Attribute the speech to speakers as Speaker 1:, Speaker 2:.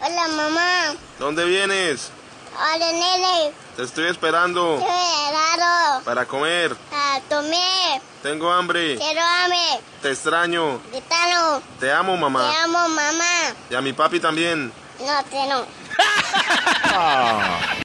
Speaker 1: Hola, mamá.
Speaker 2: ¿Dónde vienes?
Speaker 1: Hola, nene.
Speaker 2: Te estoy esperando
Speaker 1: Quiero helado.
Speaker 2: para comer.
Speaker 1: A tomé.
Speaker 2: Tengo hambre.
Speaker 1: Quiero ame.
Speaker 2: Te extraño.
Speaker 1: Gitano.
Speaker 2: Te amo,
Speaker 1: Te
Speaker 2: mamá.
Speaker 1: amo, mamá.
Speaker 2: Y a mi papi también.
Speaker 1: No, te no.
Speaker 3: Ah.